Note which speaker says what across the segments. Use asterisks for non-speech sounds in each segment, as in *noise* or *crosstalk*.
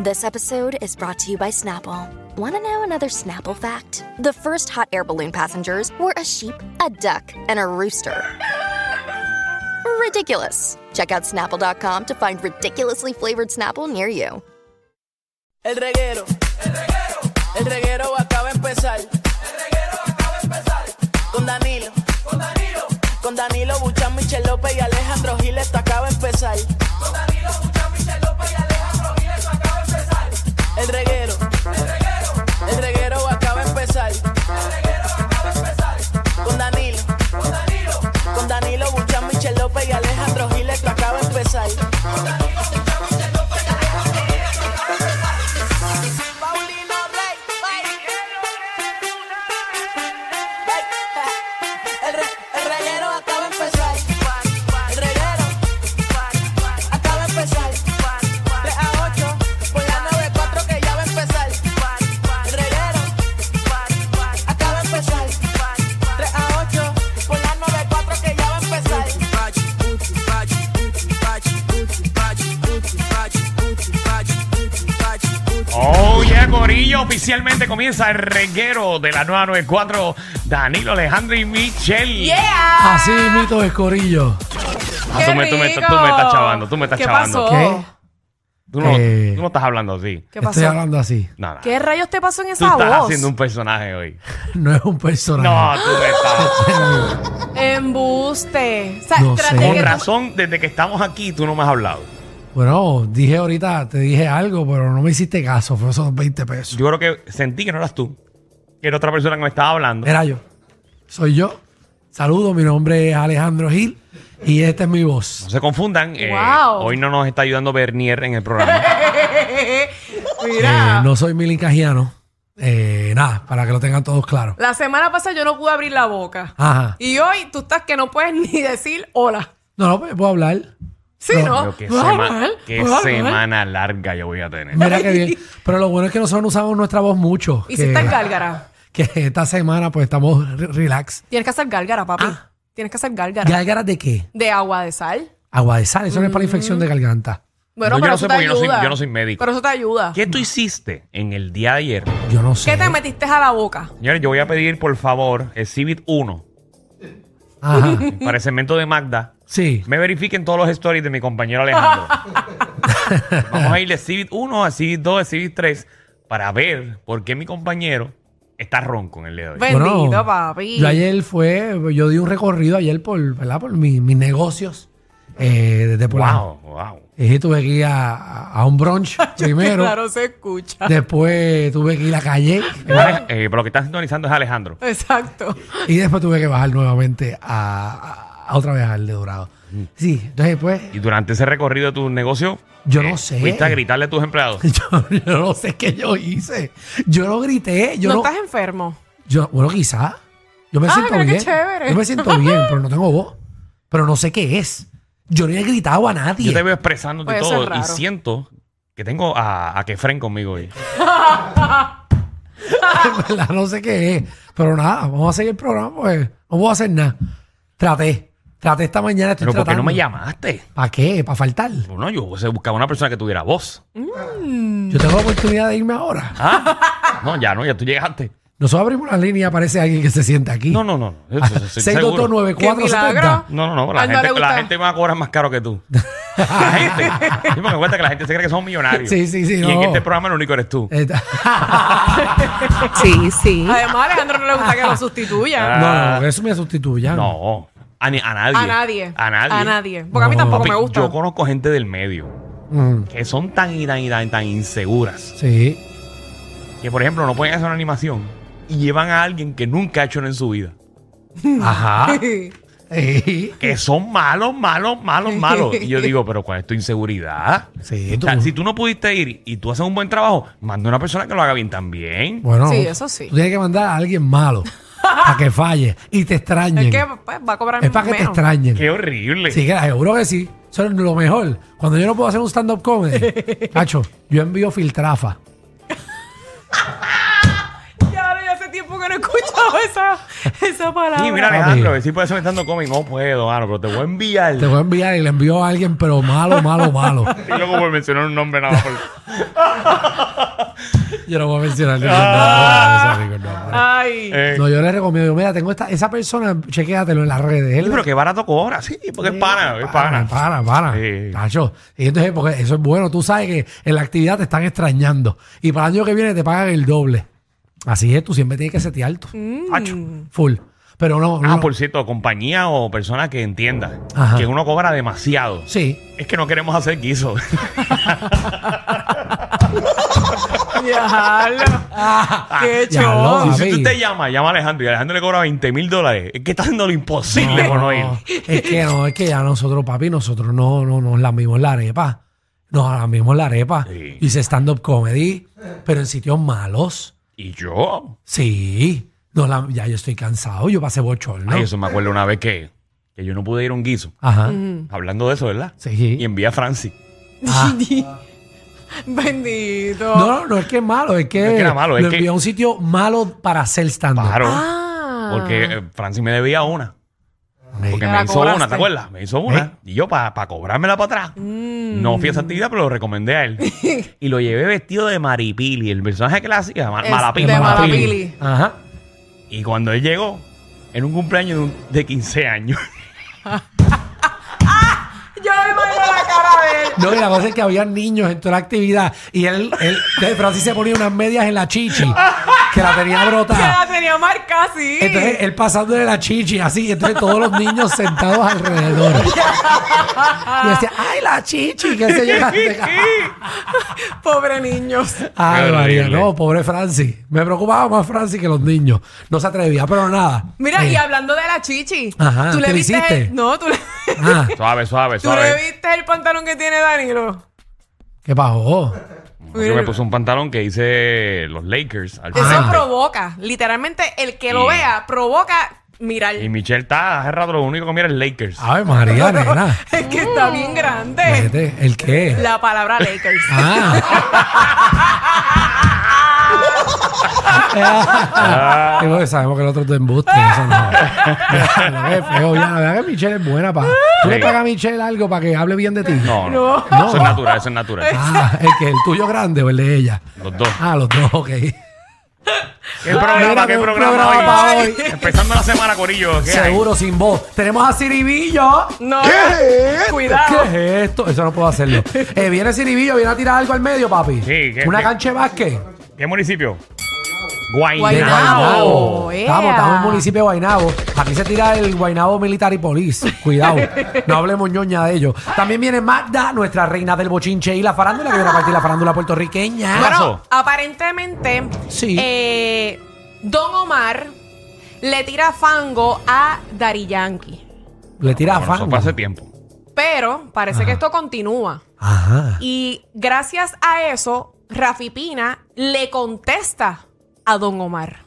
Speaker 1: This episode is brought to you by Snapple. Want to know another Snapple fact? The first hot air balloon passengers were a sheep, a duck, and a rooster. Ridiculous. Check out snapple.com to find ridiculously flavored Snapple near you.
Speaker 2: El reguero. El reguero. El reguero acaba de empezar. El reguero acaba de empezar. Con Danilo. Con Danilo. Con Danilo Buchan, Michel López y Alejandro Giles, esto acaba de empezar. Con Danilo Buchan, Michel López y Alejandro Giles, esto acaba de empezar. El reguero. El reguero. El reguero acaba de empezar. El reguero acaba de empezar. Con Danilo. Con Danilo. Con Danilo Buchan, Michel López y Alejandro Giles, esto acaba de empezar. Paulino Rey, el, re, el reguero acaba de empezar. El reguero acaba de empezar. 3 a 8, por la 9 4 que ya va a empezar. El reguero acaba de empezar. 3 a 8, por la 9 4 que ya va a empezar.
Speaker 3: Oye, Corillo, oficialmente comienza el reguero de la 994, Danilo, Alejandro y Michelle.
Speaker 4: Así mito escorillo.
Speaker 3: Ah, tú, me, tú, me, tú me estás chavando, tú me estás
Speaker 5: ¿Qué
Speaker 3: chavando.
Speaker 5: pasó?
Speaker 4: ¿Qué?
Speaker 3: Tú, no,
Speaker 4: Eh.
Speaker 3: tú no estás hablando así.
Speaker 5: Oh. ¿Qué
Speaker 4: Estoy
Speaker 5: pasó?
Speaker 4: hablando así. *laughs*
Speaker 3: No, no.
Speaker 5: ¿Qué rayos te pasó en
Speaker 3: Tú
Speaker 5: esa
Speaker 3: estás
Speaker 5: voz?
Speaker 3: haciendo un personaje hoy.
Speaker 4: No es un personaje.
Speaker 3: No, tú me estás.
Speaker 4: *laughs*
Speaker 5: Embuste. O sea,
Speaker 4: No
Speaker 5: traté
Speaker 4: sé.
Speaker 5: que
Speaker 3: Con
Speaker 5: tú-
Speaker 3: razón, desde que estamos aquí, tú no me has hablado.
Speaker 4: Bueno, dije ahorita, te dije algo, pero no me hiciste caso. Fueron esos 20 pesos.
Speaker 3: Yo creo que sentí que no eras tú, que era otra persona que me estaba hablando.
Speaker 4: Era yo. Soy yo. Saludo, mi nombre es Alejandro Gil y esta es mi voz.
Speaker 3: No se confundan, eh,
Speaker 5: Wow.
Speaker 3: hoy no nos está ayudando Bernier en el
Speaker 5: *laughs*
Speaker 3: programa.
Speaker 5: Mira,
Speaker 4: Eh, no soy Milin Cajiano. Eh, nada, para que lo tengan todos claro.
Speaker 5: la semana pasada yo no pude abrir la boca.
Speaker 4: Ajá.
Speaker 5: Y hoy tú estás que no puedes *laughs* ni decir hola.
Speaker 4: No, no, pues, puedo hablar.
Speaker 5: Sí,
Speaker 4: No,
Speaker 5: ¿no?
Speaker 3: Pero qué,
Speaker 5: ¿Puedo
Speaker 3: sema-
Speaker 5: hablar?
Speaker 3: qué
Speaker 5: ¿Puedo hablar?
Speaker 3: semana larga yo voy a tener.
Speaker 4: Mira qué
Speaker 5: *laughs*
Speaker 4: bien. Pero lo bueno es que nosotros no usamos nuestra voz mucho. que,
Speaker 5: Hiciste el gárgara.
Speaker 4: que esta semana pues estamos re- relax.
Speaker 5: Tienes que hacer gárgara, papi.
Speaker 4: Ah.
Speaker 5: Tienes que hacer gárgara.
Speaker 4: ¿Gárgaras de qué?
Speaker 5: De agua de sal.
Speaker 4: Agua de sal. Eso no es para infección de
Speaker 5: Mm.
Speaker 4: garganta.
Speaker 3: No,
Speaker 5: Bueno,
Speaker 3: yo
Speaker 5: pero
Speaker 3: no
Speaker 5: eso
Speaker 3: sé
Speaker 5: te
Speaker 3: porque yo no soy-
Speaker 5: ayuda.
Speaker 3: yo no soy médico.
Speaker 5: Pero eso te ayuda. ¿Qué,
Speaker 3: ¿Qué tú hiciste en el día de ayer?
Speaker 4: Yo no sé.
Speaker 5: te metiste a la boca?
Speaker 3: Señores, yo voy a pedir, por favor, el Civit 1
Speaker 5: *laughs*
Speaker 4: Ajá.
Speaker 3: para el segmento de Magda.
Speaker 4: Sí.
Speaker 3: Me verifiquen todos los stories de mi compañero Alejandro. Vamos a ir de Civit 1 a Civit 2 a Civit 3 para ver por qué mi compañero está ronco en el día de hoy.
Speaker 5: Ven. Bendito, papi.
Speaker 4: Yo
Speaker 5: *laughs*
Speaker 4: ayer fue, yo di un recorrido ayer por, ¿verdad? Por mi- mis negocios eh, desde por la-
Speaker 3: Wow, wow.
Speaker 4: Y tuve que ir a, a un brunch
Speaker 5: *laughs*
Speaker 4: primero.
Speaker 5: Claro, se escucha.
Speaker 4: Después tuve que ir a la calle.
Speaker 3: Eh, pero lo que está sintonizando es Alejandro.
Speaker 5: Exacto.
Speaker 4: Y después tuve que bajar nuevamente a, a- a otra vez al de Dorado.
Speaker 3: Mm.
Speaker 4: Sí, entonces después,
Speaker 3: Y durante ese recorrido de tu negocio,
Speaker 4: yo no sé.
Speaker 3: Eh, fuiste a gritarle a tus empleados.
Speaker 4: *laughs* Yo, yo no sé qué yo hice. Yo no grité. Yo
Speaker 5: no
Speaker 4: no,
Speaker 5: estás enfermo.
Speaker 4: Yo, bueno, quizás. Yo me
Speaker 5: Ah,
Speaker 4: siento
Speaker 5: mira qué
Speaker 4: bien.
Speaker 5: chévere.
Speaker 4: Yo me siento bien, pero no tengo voz. Pero no sé qué es. Yo no he gritado a nadie.
Speaker 3: Yo te veo expresándote
Speaker 5: Pues eso es
Speaker 3: todo
Speaker 5: raro.
Speaker 3: y siento que tengo a, a Kefren conmigo hoy.
Speaker 4: *laughs* En verdad, no sé qué es. Pero nada, vamos a seguir el programa, pues. No puedo hacer nada. Traté. Traté esta mañana. Estoy
Speaker 3: Pero ¿por qué no me
Speaker 4: tratando.
Speaker 3: llamaste?
Speaker 4: ¿Para qué? ¿Para faltar?
Speaker 3: Bueno, Pues yo se buscaba una persona que tuviera voz.
Speaker 4: Yo tengo la oportunidad de irme ahora.
Speaker 3: Ah, no, ya no, ya tú llegaste.
Speaker 4: Nosotros abrimos una línea y aparece alguien que se sienta aquí.
Speaker 3: No, no, no. no, eso-
Speaker 4: *laughs*
Speaker 3: eso- Ah, pues, seguro.
Speaker 4: 6229470.
Speaker 5: milagro.
Speaker 3: No, no, no.
Speaker 5: Ah,
Speaker 3: La,
Speaker 5: no le
Speaker 3: gente,
Speaker 5: gusta.
Speaker 3: la gente me va a cobrar más caro que tú. La gente. Yo me doy cuenta que la gente se cree que son millonarios.
Speaker 4: Sí, sí, sí,
Speaker 3: Y en
Speaker 4: no.
Speaker 3: este programa lo único eres tú.
Speaker 4: Eh, ta-
Speaker 5: *laughs*
Speaker 6: Sí, sí.
Speaker 5: Además, a Alejandro no le gusta que lo sustituyan.
Speaker 4: No, *laughs* no, que eso me sustituyan.
Speaker 3: No. A, ni- a nadie.
Speaker 5: A nadie.
Speaker 3: A nadie.
Speaker 5: A nadie. Porque a mí
Speaker 4: No.
Speaker 5: tampoco
Speaker 3: Papi,
Speaker 5: me gusta. *laughs*
Speaker 3: Yo conozco gente del medio
Speaker 4: Mm,
Speaker 3: que son tan y tan y tan, y tan inseguras
Speaker 4: sí.
Speaker 3: que, por ejemplo, no pueden hacer una animación y llevan a alguien que nunca ha hecho una en su vida.
Speaker 5: *laughs*
Speaker 4: Ajá. Sí.
Speaker 3: que son malos, malos,
Speaker 5: *laughs*
Speaker 3: malos, malos. Y yo digo, pero ¿cuál es tu inseguridad?
Speaker 4: Sí,
Speaker 3: O sea,
Speaker 4: tú-
Speaker 3: si tú no pudiste ir y tú haces un buen trabajo, manda una persona que lo haga bien también.
Speaker 4: Bueno,
Speaker 5: Sí, eso sí.
Speaker 4: Tú tienes que mandar a alguien malo para que falle y te extrañen.
Speaker 5: Es que pues, va a cobrar
Speaker 4: Es para que te
Speaker 5: menos.
Speaker 4: extrañen.
Speaker 3: Qué horrible.
Speaker 4: Sí, que seguro que sí. Eso es lo mejor. Cuando yo no puedo hacer un stand-up
Speaker 5: *laughs*
Speaker 4: comedy, Cacho, yo envío filtrafa.
Speaker 5: Ya, ahora ya hace tiempo que no he escuchado esa, Esa palabra.
Speaker 3: Y mira, Alejandro, a ver si puedes estar dando cómic. No puedo, mano, pero te voy a enviar.
Speaker 4: Te voy a enviar y le envió a alguien, pero malo, malo, malo.
Speaker 3: Estoy loco por mencionar un nombre nada más.
Speaker 4: *laughs*
Speaker 3: por-
Speaker 4: Yo no voy a mencionar ningún nombre, no, no, no, no.
Speaker 5: Ay.
Speaker 3: Eh,
Speaker 4: No, yo le recomiendo. Mira, tengo esta, esa persona, chequéatelo en las redes.
Speaker 3: sí,
Speaker 4: Él-
Speaker 3: pero qué barato cobra, sí, porque es pana, es pana.
Speaker 4: Para, para.
Speaker 3: Sí.
Speaker 4: Tacho. Y entonces, porque eso es bueno. Tú sabes que en la actividad te están extrañando. Y para el año que viene te pagan el doble. Así es, tú siempre tienes que setear alto.
Speaker 3: Acho.
Speaker 4: Full. Pero no.
Speaker 3: Ah,
Speaker 4: no.
Speaker 3: por cierto, compañía o persona que entienda
Speaker 4: Ajá.
Speaker 3: que uno cobra demasiado. *laughs*
Speaker 4: Sí.
Speaker 3: Es que no queremos hacer guiso. *laughs*
Speaker 5: Diablo.
Speaker 4: Ah,
Speaker 5: Qué
Speaker 4: diablo, papi.
Speaker 5: show.
Speaker 3: Y si usted llama, llama a Alejandro y Alejandro le cobra 20 mil dólares, es que está haciendo lo imposible
Speaker 4: No,
Speaker 3: por no ir.
Speaker 4: no. Es que no, es que ya nosotros, papi, nosotros no, no nos lamimos la arepa. Nos lamimos la arepa.
Speaker 3: Sí.
Speaker 4: Hice stand-up comedy, pero en sitios malos.
Speaker 3: Y yo,
Speaker 4: Sí. Nos la- ya yo estoy cansado, yo pasé bochorno.
Speaker 3: ay, eso me acuerdo una vez que, que yo no pude ir a un guiso.
Speaker 4: Ajá.
Speaker 5: Mm.
Speaker 3: Hablando de eso, ¿verdad?
Speaker 4: Sí.
Speaker 3: Y envía a Francis.
Speaker 4: Ah.
Speaker 5: *laughs* Bendito.
Speaker 4: No, no, no es que es malo, es que,
Speaker 3: No es que era malo, es
Speaker 4: lo
Speaker 3: que-
Speaker 4: envió a un sitio malo para hacer stand-up.
Speaker 3: Claro.
Speaker 5: Ah.
Speaker 3: Porque eh, Francis me debía una.
Speaker 4: Me-
Speaker 3: Porque
Speaker 5: Te
Speaker 3: me
Speaker 5: la
Speaker 3: hizo
Speaker 5: cobraste.
Speaker 3: una, ¿te acuerdas? Me hizo una. Y yo, para cobrármela para atrás,
Speaker 5: Mm.
Speaker 3: no fui a esa actividad, pero lo recomendé a
Speaker 5: *laughs*
Speaker 3: él. y lo llevé vestido de Maripili, el personaje que la hacía, ma-
Speaker 5: Es
Speaker 3: Malapili.
Speaker 5: de
Speaker 3: Malapili.
Speaker 5: Malapili.
Speaker 4: Ajá.
Speaker 3: Y cuando él llegó, en un cumpleaños de, un- de 15
Speaker 5: *laughs*
Speaker 3: años.
Speaker 5: Yo le imagino la cara de él.
Speaker 4: No, y la cosa es que había niños en toda la actividad y él, él entonces Francis se ponía unas medias en la chichi que la tenía
Speaker 5: Que
Speaker 4: brotada.
Speaker 5: la tenía marca así.
Speaker 4: Entonces él pasándole la chichi así, entonces todos los niños sentados alrededor. y decía, ay, la chichi, que se llega.
Speaker 5: Pobre niños.
Speaker 4: Ay,
Speaker 3: Qué
Speaker 4: María,
Speaker 3: horrible.
Speaker 4: no, pobre Francis. Me preocupaba más Francis que los niños. No se atrevía, pero nada.
Speaker 5: Mira,
Speaker 4: Eh,
Speaker 5: y hablando de la chichi.
Speaker 4: Ajá,
Speaker 5: ¿tú le
Speaker 4: ¿qué le
Speaker 5: viste
Speaker 4: hiciste?
Speaker 5: el- No, tú le,
Speaker 4: ah,
Speaker 3: Suave, suave,
Speaker 5: ¿tú le
Speaker 3: suave.
Speaker 5: viste el pantalón que tiene Danilo.
Speaker 4: ¿Qué pasó?
Speaker 3: Yo me puse un pantalón que hice los Lakers al
Speaker 5: Eso
Speaker 3: frente.
Speaker 5: provoca. Literalmente, el que lo
Speaker 3: Sí.
Speaker 5: vea provoca mirar.
Speaker 3: Y Michelle está hace rato lo único que mira es Lakers.
Speaker 4: Ay,
Speaker 5: *laughs*
Speaker 4: María, nena.
Speaker 5: Es que está bien grande.
Speaker 4: Vete, ¿El qué?
Speaker 5: Eh. La palabra Lakers.
Speaker 4: Ah. Sí, porque sabemos que el otro es de
Speaker 5: *laughs*
Speaker 4: embuste, eso no. Lo que es feo, ya, la verdad que Michelle es buena pa. ¿Tú le
Speaker 3: Sí.
Speaker 4: pagas a Michelle algo para que hable bien de ti?
Speaker 3: No, no,
Speaker 4: No.
Speaker 3: Eso es natural, eso es natural.
Speaker 4: Ah, el que el tuyo grande o el de ella.
Speaker 3: Los dos.
Speaker 4: Ah, los dos, ok.
Speaker 3: ¿Qué programa?
Speaker 4: mira,
Speaker 3: ¿Qué
Speaker 4: qué
Speaker 3: programa,
Speaker 4: programa
Speaker 3: hoy?
Speaker 4: pa' hoy.
Speaker 3: Empezando la semana, Corillo. ¿qué hay?
Speaker 4: Seguro sin voz. Tenemos a Ciribillo.
Speaker 5: No.
Speaker 4: ¿Qué
Speaker 5: *laughs* Cuidado.
Speaker 4: es esto? Eso no puedo hacerlo. Eh, viene Ciribillo, viene a tirar algo al medio, papi.
Speaker 3: Sí, ¿qué-
Speaker 4: Una
Speaker 3: qué-
Speaker 4: cancha de básquet.
Speaker 3: ¿Qué municipio? Guaynabo.
Speaker 4: De
Speaker 5: Guaynabo.
Speaker 4: Guaynabo.
Speaker 5: ea.
Speaker 4: Estamos, estamos en el municipio de Guaynabo. Aquí se tira el Guaynabo Military Police. Cuidado. No hablemos ñoña de ellos. También viene Magda, nuestra reina del bochinche y la farándula, que viene a partir la farándula puertorriqueña.
Speaker 5: Bueno,
Speaker 3: Paso.
Speaker 5: aparentemente,
Speaker 4: Sí.
Speaker 5: eh, Don Omar le tira fango a Dari Yankee.
Speaker 4: Le tira a
Speaker 3: Bueno, eso
Speaker 4: fan.
Speaker 3: fue hace tiempo.
Speaker 5: Pero parece que esto continúa.
Speaker 4: Ajá.
Speaker 5: Y gracias a eso, Rafi Pina le contesta a Don Omar.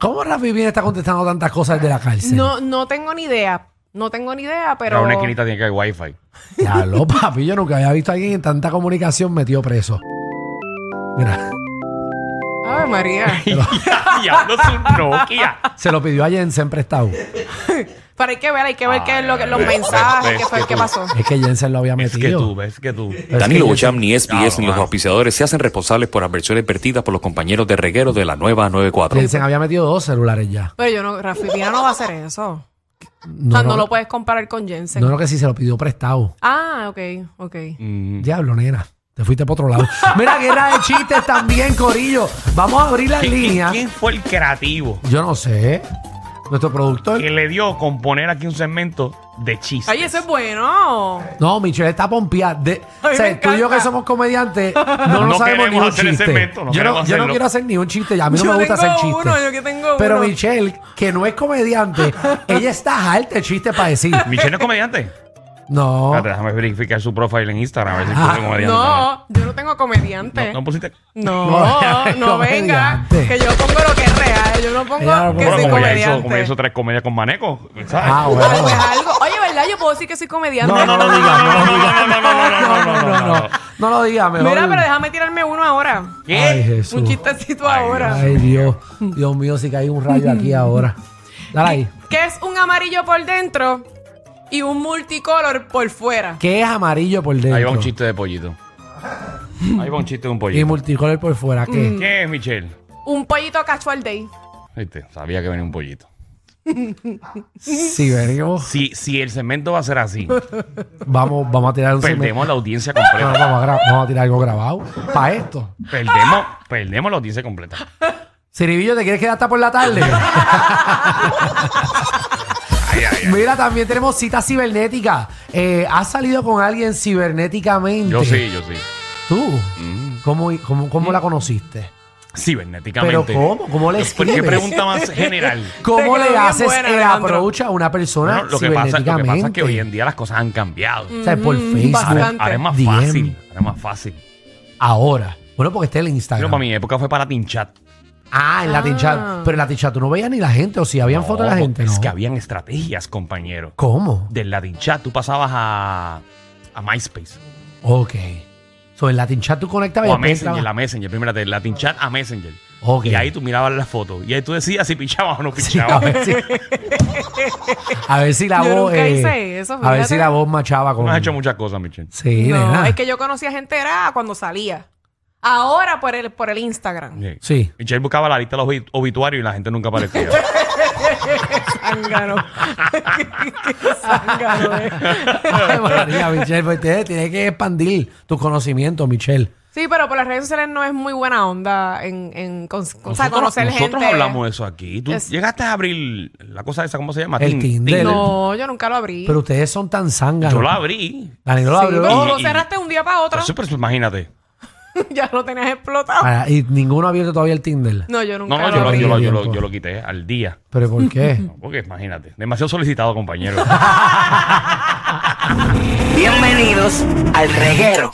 Speaker 4: ¿Cómo Rafi Bien está contestando tantas cosas de la cárcel?
Speaker 5: No, no tengo ni idea. No tengo ni idea, pero.
Speaker 3: Pero una esquinita tiene que haber wifi.
Speaker 4: Ya lo, papi. Yo nunca había visto a alguien en tanta comunicación metido preso. Mira,
Speaker 5: Ay, María.
Speaker 3: Diablo, es un Nokia.
Speaker 4: se lo pidió a Jensen prestado.
Speaker 5: Pero hay que ver, hay que ver qué es lo que, los
Speaker 3: Ay, ves,
Speaker 5: mensajes,
Speaker 3: ves
Speaker 5: qué fue,
Speaker 3: que
Speaker 5: qué
Speaker 3: tú-
Speaker 5: pasó.
Speaker 4: Es que Jensen lo había
Speaker 3: Es que tú,
Speaker 4: metido.
Speaker 3: ves que tú.
Speaker 4: Es
Speaker 7: Danilo
Speaker 4: que yo-
Speaker 7: Bocham, ni SBS,
Speaker 3: Claro,
Speaker 7: ni los
Speaker 3: mano.
Speaker 7: auspiciadores se hacen responsables por adversiones vertidas por los compañeros de reguero de la nueva 94.
Speaker 4: Jensen había metido dos celulares ya.
Speaker 5: Pero yo no, Rafi Pina no va a hacer eso. o
Speaker 4: No,
Speaker 5: sea, Ah, no,
Speaker 4: no,
Speaker 5: lo puedes comparar con Jensen.
Speaker 4: no, no, que sí se lo pidió prestado.
Speaker 5: Ah, ok, ok.
Speaker 3: Mm,
Speaker 4: Diablo, nena. Te fuiste para otro lado. Mira, guerra de chistes también, Corillo. Vamos a abrir las
Speaker 3: ¿quién-
Speaker 4: líneas.
Speaker 3: ¿Quién fue el creativo
Speaker 4: Yo no sé. Nuestro productor.
Speaker 3: que le dio componer aquí un segmento de chistes?
Speaker 5: Ay, eso es bueno.
Speaker 4: No, Michelle está pompeada. De-
Speaker 5: Ay,
Speaker 4: o sea,
Speaker 5: me
Speaker 4: tú y yo
Speaker 5: encanta.
Speaker 4: que somos
Speaker 5: *laughs*
Speaker 4: comediantes, no,
Speaker 3: No
Speaker 4: nos sabemos
Speaker 3: queremos
Speaker 4: ni un
Speaker 3: hacer ese
Speaker 4: chiste.
Speaker 3: evento, no
Speaker 4: yo, no,
Speaker 3: queremos
Speaker 4: yo no
Speaker 3: hacerlo.
Speaker 4: quiero hacer ni un chiste. ya. A mí no
Speaker 5: Yo
Speaker 4: me gusta hacer
Speaker 5: tengo
Speaker 4: chistes.
Speaker 5: uno, yo que tengo
Speaker 4: Pero
Speaker 5: uno.
Speaker 4: Michelle, que no es
Speaker 5: *laughs*
Speaker 4: comediante, ella está harta de chistes para decir.
Speaker 3: Michelle no es comediante.
Speaker 4: No.
Speaker 3: Espérate, déjame verificar su profile en Instagram a ver si
Speaker 4: Ah.
Speaker 3: es comediante.
Speaker 5: No, yo no tengo comediante.
Speaker 3: No, no pusiste.
Speaker 4: No,
Speaker 5: No, no,
Speaker 4: eres
Speaker 5: venga.
Speaker 4: comediante.
Speaker 5: Que yo pongo lo que es real. Yo no
Speaker 4: Ella no
Speaker 5: pongo
Speaker 4: pone-
Speaker 5: que
Speaker 3: Bueno,
Speaker 5: soy
Speaker 3: como ya hizo,
Speaker 5: comediante.
Speaker 3: como ya hizo tres comedias con Maneco. ¿sabes?
Speaker 4: Ah,
Speaker 5: Ay,
Speaker 4: bueno.
Speaker 5: *laughs* pues algo. Oye, ¿verdad? Yo puedo decir que soy comediante.
Speaker 4: No, no lo digas, no lo digas.
Speaker 3: no, no, no, no, no, no, no, no.
Speaker 4: No lo digas, mejor.
Speaker 5: Mira, pero déjame tirarme uno ahora.
Speaker 3: ¿Qué?
Speaker 4: Ay, Jesús.
Speaker 5: Un chistecito ahora.
Speaker 4: Ay, Dios. Dios mío, si cae un rayo aquí ahora. Dale ahí.
Speaker 5: Que es un amarillo por dentro y un multicolor por fuera.
Speaker 4: ¿Qué es amarillo por dentro?
Speaker 3: Ahí va un chiste de pollito. Ahí va un chiste de un
Speaker 4: Y
Speaker 3: pollito.
Speaker 4: multicolor por fuera. ¿Qué?
Speaker 3: ¿Qué es, Michelle?
Speaker 5: Un pollito casual day.
Speaker 3: Viste, sabía que venía un pollito.
Speaker 4: Si venimos,
Speaker 3: Si, si el segmento va a ser
Speaker 4: *laughs*
Speaker 3: así,
Speaker 4: vamos, vamos a tirar un
Speaker 3: perdemos la audiencia
Speaker 4: No, no,
Speaker 3: completa.
Speaker 4: vamos, a gra- vamos a tirar algo grabado. Para esto.
Speaker 3: Perdemos, perdemos la audiencia completa.
Speaker 4: Ciribillo, ¿te quieres quedar hasta por la tarde?
Speaker 3: *laughs*
Speaker 4: Mira, también tenemos citas cibernéticas. Eh, ¿Has salido con alguien cibernéticamente?
Speaker 3: Yo sí, Mm. yo sí.
Speaker 4: ¿Tú? ¿Cómo, cómo, cómo la conociste? ¿Pero
Speaker 3: Cibernéticamente.
Speaker 4: cómo? ¿Cómo le
Speaker 3: ¿Por
Speaker 4: escribes?
Speaker 3: qué pregunta más
Speaker 4: *laughs*
Speaker 3: general?
Speaker 4: ¿Cómo
Speaker 5: Te quedó
Speaker 4: le
Speaker 5: bien
Speaker 4: haces
Speaker 5: buena,
Speaker 4: el
Speaker 5: Alejandro.
Speaker 4: approach a una persona
Speaker 3: Bueno, lo, que pasa, lo que pasa es que hoy en
Speaker 4: cibernéticamente?
Speaker 3: día las cosas han cambiado.
Speaker 4: O sea, por
Speaker 3: Ahora,
Speaker 4: Facebook,
Speaker 5: Mm, bastante.
Speaker 3: ahora es más
Speaker 4: DM.
Speaker 3: fácil. Ahora es más fácil.
Speaker 4: ahora. Bueno, porque está el
Speaker 3: Pero
Speaker 4: Instagram.
Speaker 3: para mi época fue para Tinchat.
Speaker 4: Ah, en la tinchat. Pero en la tinchat tú no veías ni la gente, o si habían fotos de la gente, ¿no?
Speaker 3: pues, Es que habían estrategias, compañero.
Speaker 4: ¿Cómo?
Speaker 3: Del Latin Chat tú pasabas a, a MySpace.
Speaker 4: Ok. So, en la tinchat tú conectabas
Speaker 3: O a
Speaker 4: después
Speaker 3: Messenger, la
Speaker 4: entrabas-
Speaker 3: Messenger. Primero del Latin Chat a Messenger.
Speaker 4: Ok.
Speaker 3: Y ahí tú mirabas las fotos. Y ahí tú decías si pichabas o no
Speaker 4: *laughs* Sí,
Speaker 3: *laughs* pichabas.
Speaker 4: a
Speaker 5: *laughs*
Speaker 4: ver si, a ver si la
Speaker 5: Yo
Speaker 4: voz. eh,
Speaker 5: nunca hice eso,
Speaker 4: a ver
Speaker 5: fíjate.
Speaker 4: si la voz machaba con.
Speaker 3: no has hecho muchas cosas, Michelle.
Speaker 4: Sí,
Speaker 5: No,
Speaker 4: nena.
Speaker 5: es que yo conocía gente era cuando salía. Ahora por el, por el Instagram.
Speaker 3: Sí.
Speaker 4: Sí. *laughs*
Speaker 3: Michelle buscaba la lista de los obi- obituarios y la gente nunca aparecía.
Speaker 5: *laughs* Zángano. *laughs* Qué zángano, eh.
Speaker 4: Ay, María, Michelle, pues, tienes tienes que expandir tus conocimientos, Michelle.
Speaker 5: Sí, pero por las redes sociales no es muy buena onda en, en con- o sea,
Speaker 3: nosotros
Speaker 5: *laughs* conocer
Speaker 3: nosotros
Speaker 5: gente.
Speaker 3: hablamos de eso aquí. Tú
Speaker 5: Es-
Speaker 3: llegaste a abrir la cosa esa, ¿cómo se llama?
Speaker 4: El
Speaker 3: Tin-
Speaker 4: Tinder.
Speaker 5: No, yo nunca lo abrí.
Speaker 4: Pero ustedes son tan zánganos.
Speaker 3: Yo la abrí.
Speaker 4: Danilo la
Speaker 5: Sí,
Speaker 4: abrió.
Speaker 5: pero
Speaker 3: Y-
Speaker 5: lo
Speaker 3: y-
Speaker 5: cerraste un día para otro.
Speaker 3: Pero, pero imagínate.
Speaker 5: *laughs* ya lo tenías explotado.
Speaker 4: Ah, y ninguno ha abierto todavía el Tinder.
Speaker 5: No, yo nunca
Speaker 3: No, no,
Speaker 5: lo
Speaker 3: yo lo,
Speaker 5: abrí.
Speaker 3: yo, lo, yo lo-
Speaker 4: tiempo.
Speaker 3: yo lo quité al día.
Speaker 4: ¿Pero por
Speaker 5: *laughs*
Speaker 4: qué?
Speaker 3: No, Porque imagínate, demasiado solicitado, compañero.
Speaker 2: Bienvenidos al reguero.